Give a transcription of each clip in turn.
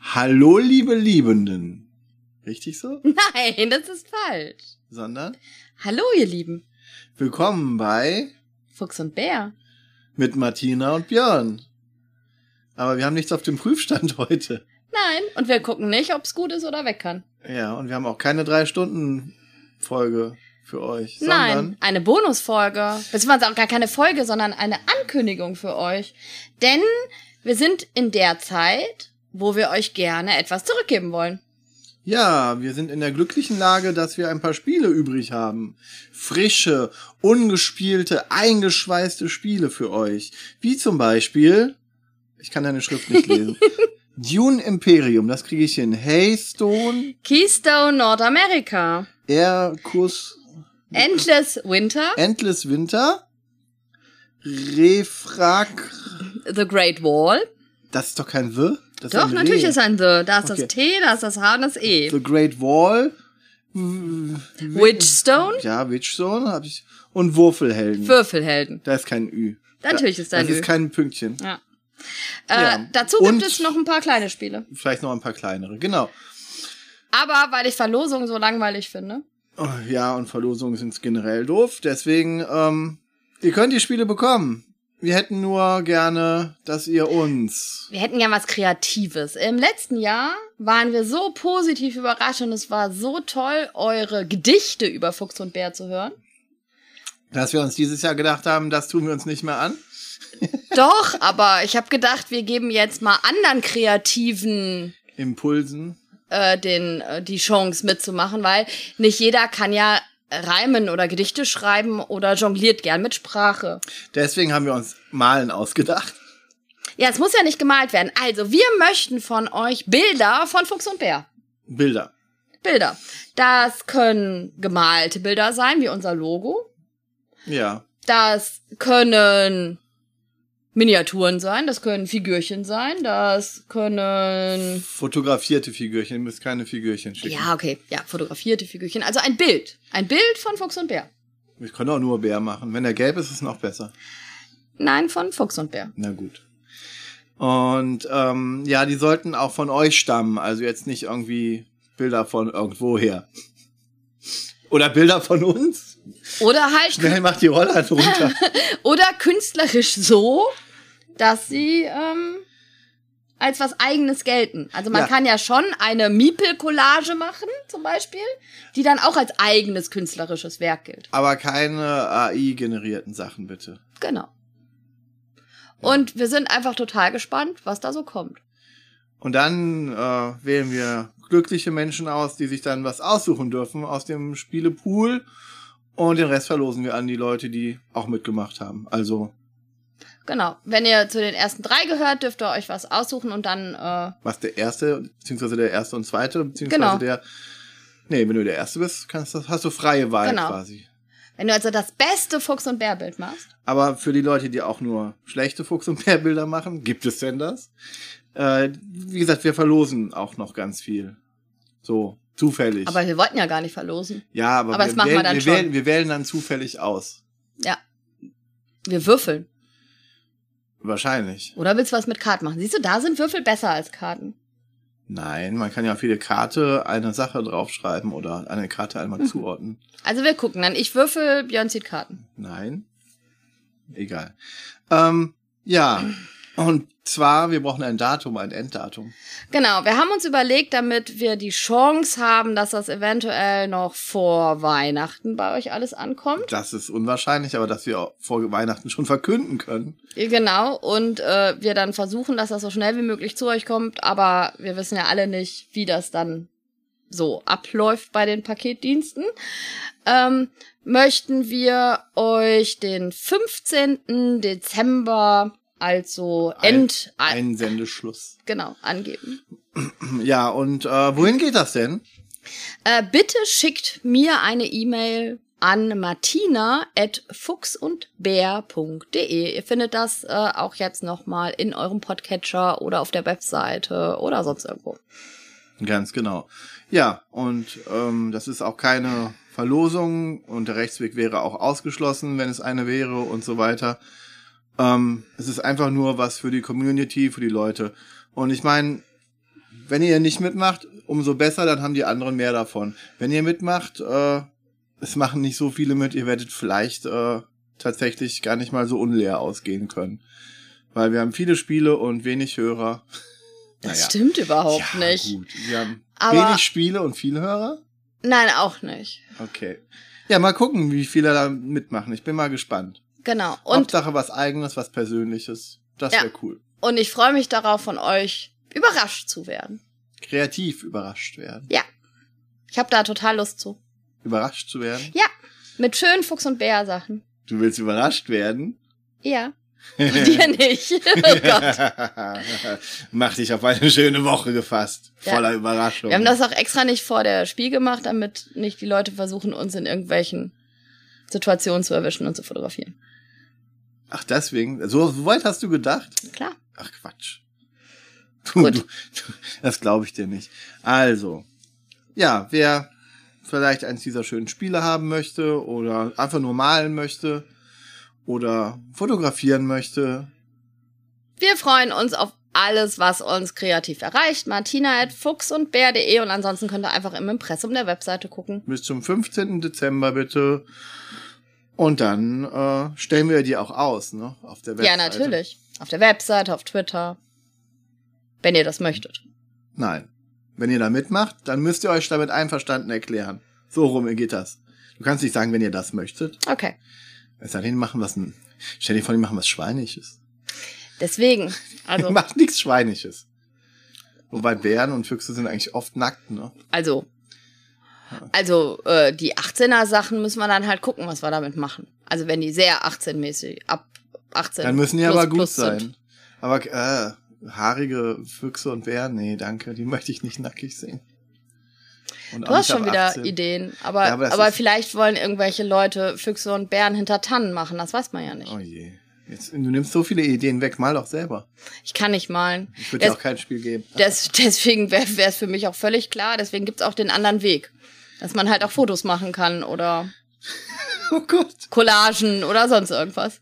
Hallo, liebe Liebenden. Richtig so? Nein, das ist falsch. Sondern Hallo, ihr Lieben. willkommen bei Fuchs und Bär. mit Martina und Björn. Aber wir haben nichts auf dem Prüfstand heute. Nein, und wir gucken nicht, ob's gut ist oder weg kann. Ja, und wir haben auch keine drei Stunden Folge für euch, Nein, sondern eine Bonusfolge. Beziehungsweise auch gar keine Folge, sondern eine Ankündigung für euch. Denn wir sind in der Zeit, wo wir euch gerne etwas zurückgeben wollen. ja, wir sind in der glücklichen Lage, dass wir ein paar Spiele übrig haben. Frische, ungespielte, eingeschweißte Spiele für euch. Wie zum Beispiel, ich kann deine Schrift nicht lesen. Dune Imperium, das kriege ich hin. Haystone, Keystone Nordamerika. Air Kuss Endless Winter. Endless Winter. Refrag. The Great Wall. Das ist doch kein The. Das Doch, ein natürlich Re. ist ein The. Da ist Okay. das T, da ist das H und das E. The Great Wall. Witchstone. Ja, Witchstone habe ich. Und Wurfelhelden. Würfelhelden. da ist kein Ü. Natürlich da, ist da ein Das Ü. ist kein Pünktchen. Ja. Äh, Ja. Dazu gibt Und- es noch ein paar kleine Spiele. Vielleicht noch ein paar kleinere. Genau. Aber weil ich Verlosungen so langweilig finde. Oh, Ja, und Verlosungen sind generell doof. Deswegen, ähm, ihr könnt die Spiele bekommen. Wir hätten nur gerne, dass ihr uns. Wir hätten gern was Kreatives. Im letzten Jahr waren wir so positiv überrascht und es war so toll, eure Gedichte über Fuchs und Bär zu hören. Dass wir uns dieses Jahr gedacht haben, das tun wir uns nicht mehr an. Doch, aber ich habe gedacht, wir geben jetzt mal anderen Kreativen Impulsen. äh, den, äh, die Chance mitzumachen, weil nicht jeder kann ja reimen oder Gedichte schreiben oder jongliert gern mit Sprache. Deswegen haben wir uns Malen ausgedacht. Ja, es muss ja nicht gemalt werden. Also, wir möchten von euch Bilder von Fuchs und Bär. Bilder. Bilder. Das können gemalte Bilder sein, wie unser Logo. Ja. Das können Miniaturen sein, das können Figürchen sein, das können. Fotografierte Figürchen, ihr müsst keine Figürchen schicken. Ja, okay. Ja, fotografierte Figürchen. Also ein Bild. Ein Bild von Fuchs und Bär. Wir können auch nur Bär machen. Wenn er gelb ist, ist es noch besser. Nein, von Fuchs und Bär. Na gut. Und ähm, ja, die sollten auch von euch stammen. Also jetzt nicht irgendwie Bilder von irgendwoher. Oder Bilder von uns. Oder halt, Schnell macht die Roller runter. oder künstlerisch so, dass sie ähm, als was eigenes gelten. Also man Ja. kann ja schon eine Miepel-Collage machen, zum Beispiel, die dann auch als eigenes künstlerisches Werk gilt. Aber keine AI-generierten Sachen, bitte. Genau. Und wir sind einfach total gespannt, was da so kommt. Und dann äh, wählen wir glückliche Menschen aus, die sich dann was aussuchen dürfen aus dem Spielepool. Und den Rest verlosen wir an die Leute, die auch mitgemacht haben. Also Genau. Wenn ihr zu den ersten drei gehört, dürft ihr euch was aussuchen und dann äh, was der erste, beziehungsweise der erste und zweite, beziehungsweise Genau. der. Nee, wenn du der erste bist, kannst du, hast du freie Wahl Genau. quasi. wenn du also das beste Fuchs- und Bärbild machst. Aber für die Leute, die auch nur schlechte Fuchs- und Bärbilder machen, gibt es denn das? Äh, wie gesagt, wir verlosen auch noch ganz viel. So, zufällig. Aber wir wollten ja gar nicht verlosen. ja, aber, aber wir, das machen wir wählen, dann wir, schon. Wählen, wir wählen dann zufällig aus. Ja. Wir würfeln. Wahrscheinlich. Oder willst du was mit Karten machen? Siehst du, da sind Würfel besser als Karten. Nein, man kann ja auf jede Karte eine Sache draufschreiben oder eine Karte einmal zuordnen. Also wir gucken dann. Ich würfel, Björn zieht Karten. Nein. Egal. Ähm, ja. Und zwar, wir brauchen ein Datum, ein Enddatum. Genau, wir haben uns überlegt, damit wir die Chance haben, dass das eventuell noch vor Weihnachten bei euch alles ankommt. Das ist unwahrscheinlich, aber dass wir auch vor Weihnachten schon verkünden können. Genau, und äh, wir dann versuchen, dass das so schnell wie möglich zu euch kommt, aber wir wissen ja alle nicht, wie das dann so abläuft bei den Paketdiensten. Ähm, möchten wir euch den 15. Dezember also Ein- End ein, Einsendeschluss. genau angeben. Ja, und äh, wohin geht das denn? Äh, bitte schickt mir eine E-Mail an martina.fuchsundbär.de. Ihr findet das äh, auch jetzt nochmal in eurem Podcatcher oder auf der Webseite oder sonst irgendwo. Ganz genau. Ja, und ähm, das ist auch keine Verlosung und der Rechtsweg wäre auch ausgeschlossen, wenn es eine wäre und so weiter. Ähm, es ist einfach nur was für die Community, für die Leute. Und ich meine, Wenn ihr nicht mitmacht, umso besser, dann haben die anderen mehr davon. Wenn ihr mitmacht, äh, es machen nicht so viele mit, ihr werdet vielleicht äh, tatsächlich gar nicht mal so unleer ausgehen können. Weil wir haben viele Spiele und wenig Hörer. Das Naja. stimmt überhaupt ja, nicht. Gut. Wir haben Aber- wenig Spiele und viel Hörer. Nein, auch nicht. Okay. Ja, mal gucken, wie viele da mitmachen. Ich bin mal gespannt. Genau. Und, Hauptsache was eigenes, was Persönliches. Das Ja. wäre cool. und ich freue mich darauf, von euch überrascht zu werden. Kreativ überrascht werden. Ich habe da total Lust zu. Überrascht zu werden. Mit schönen Fuchs- und Bär-Sachen. Du willst überrascht werden? Ja. Von dir nicht. Oh Gott. Mach dich auf eine schöne Woche gefasst. Ja. Voller Überraschung. Wir haben das auch extra nicht vor der Spiel gemacht, damit nicht die Leute versuchen, uns in irgendwelchen Situationen zu erwischen und zu fotografieren. Ach, deswegen. So, so weit hast du gedacht? Klar. Ach, Quatsch. Du, Gut. du, das glaube ich dir nicht. Also, ja, wer vielleicht eins dieser schönen Spiele haben möchte oder einfach nur malen möchte oder fotografieren möchte, Wir freuen uns auf alles, was uns kreativ erreicht. Martina at fuchs und bär.de und ansonsten könnt ihr einfach im Impressum der Webseite gucken. bis zum 15. Dezember bitte. Und dann äh, stellen wir die auch aus, ne? Auf der Webseite. Ja, natürlich. Auf der Webseite, auf Twitter. Wenn ihr das möchtet. Nein. Wenn ihr da mitmacht, dann müsst ihr euch damit einverstanden erklären. So rum geht das. Du kannst nicht sagen, wenn ihr das möchtet. Okay. Es sei denn, die machen was. Stell dir vor, die machen was Schweinisches. Deswegen. Die Also, machen nichts Schweinisches. Wobei Bären und Füchse sind eigentlich oft nackt, ne? also. Also, äh, die 18er Sachen müssen wir dann halt gucken, was wir damit machen. Also, wenn die sehr 18-mäßig ab 18. Dann müssen die plus, aber gut plus sein. Sind. Aber äh, haarige Füchse und Bären, nee, danke, die möchte ich nicht nackig sehen. Und Du auch hast nicht schon ab wieder 18. Ideen, aber, Ja, aber aber, das ist- vielleicht wollen irgendwelche Leute Füchse und Bären hinter Tannen machen, das weiß man ja nicht. Oh je. Jetzt, du nimmst so viele Ideen weg, mal doch selber. Ich kann nicht malen. Ich würde dir Des- auch kein Spiel geben. Des, deswegen wäre es für mich auch völlig klar, deswegen gibt's auch den anderen Weg. Dass man halt auch Fotos machen kann oder Oh Gott. Collagen oder sonst irgendwas.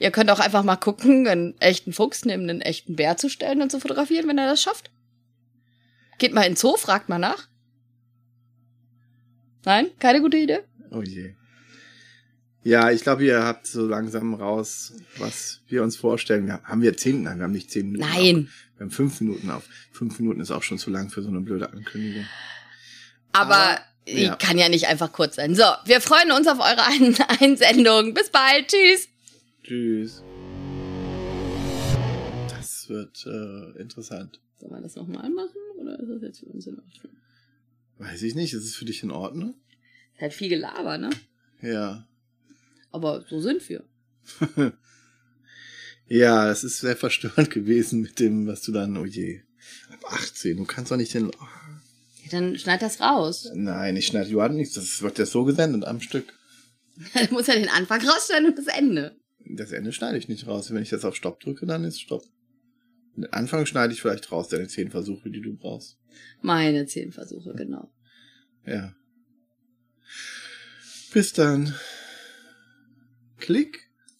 Ihr könnt auch einfach mal gucken, einen echten Fuchs neben einen echten Bär zu stellen und zu fotografieren, wenn er das schafft. Geht mal in den Zoo, fragt mal nach. Nein, keine gute Idee. Oh je. Ja, ich glaube, ihr habt so langsam raus, was wir uns vorstellen. Wir, haben wir zehn? Nein, wir haben nicht zehn Minuten. Nein. Auf. Wir haben fünf Minuten auf. Fünf Minuten ist auch schon zu lang für so eine blöde Ankündigung. Aber Aber, die ja. kann ja nicht einfach kurz sein. So, wir freuen uns auf eure Ein Einsendung. Bis bald. Tschüss. Tschüss. Das wird äh, interessant. Soll man das nochmal machen? Oder ist das jetzt für uns in Ordnung? Weiß ich nicht, ist es für dich in Ordnung? Ist halt viel Gelaber, ne? Ja. Aber so sind wir. Ja, es ist sehr verstörend gewesen mit dem, was du dann, oh je. Ab 18, du kannst doch nicht den. Ja, dann schneid das raus. Nein, ich schneide Johann nichts, das wird ja so gesendet am Stück. Dann muss ja den Anfang rausstellen und das Ende. Das Ende schneide ich nicht raus. Wenn ich das auf Stopp drücke, dann ist Stopp. Den Anfang schneide ich vielleicht raus, deine zehn Versuche, die du brauchst. Meine zehn Versuche, genau. Ja. Bis dann. Klick.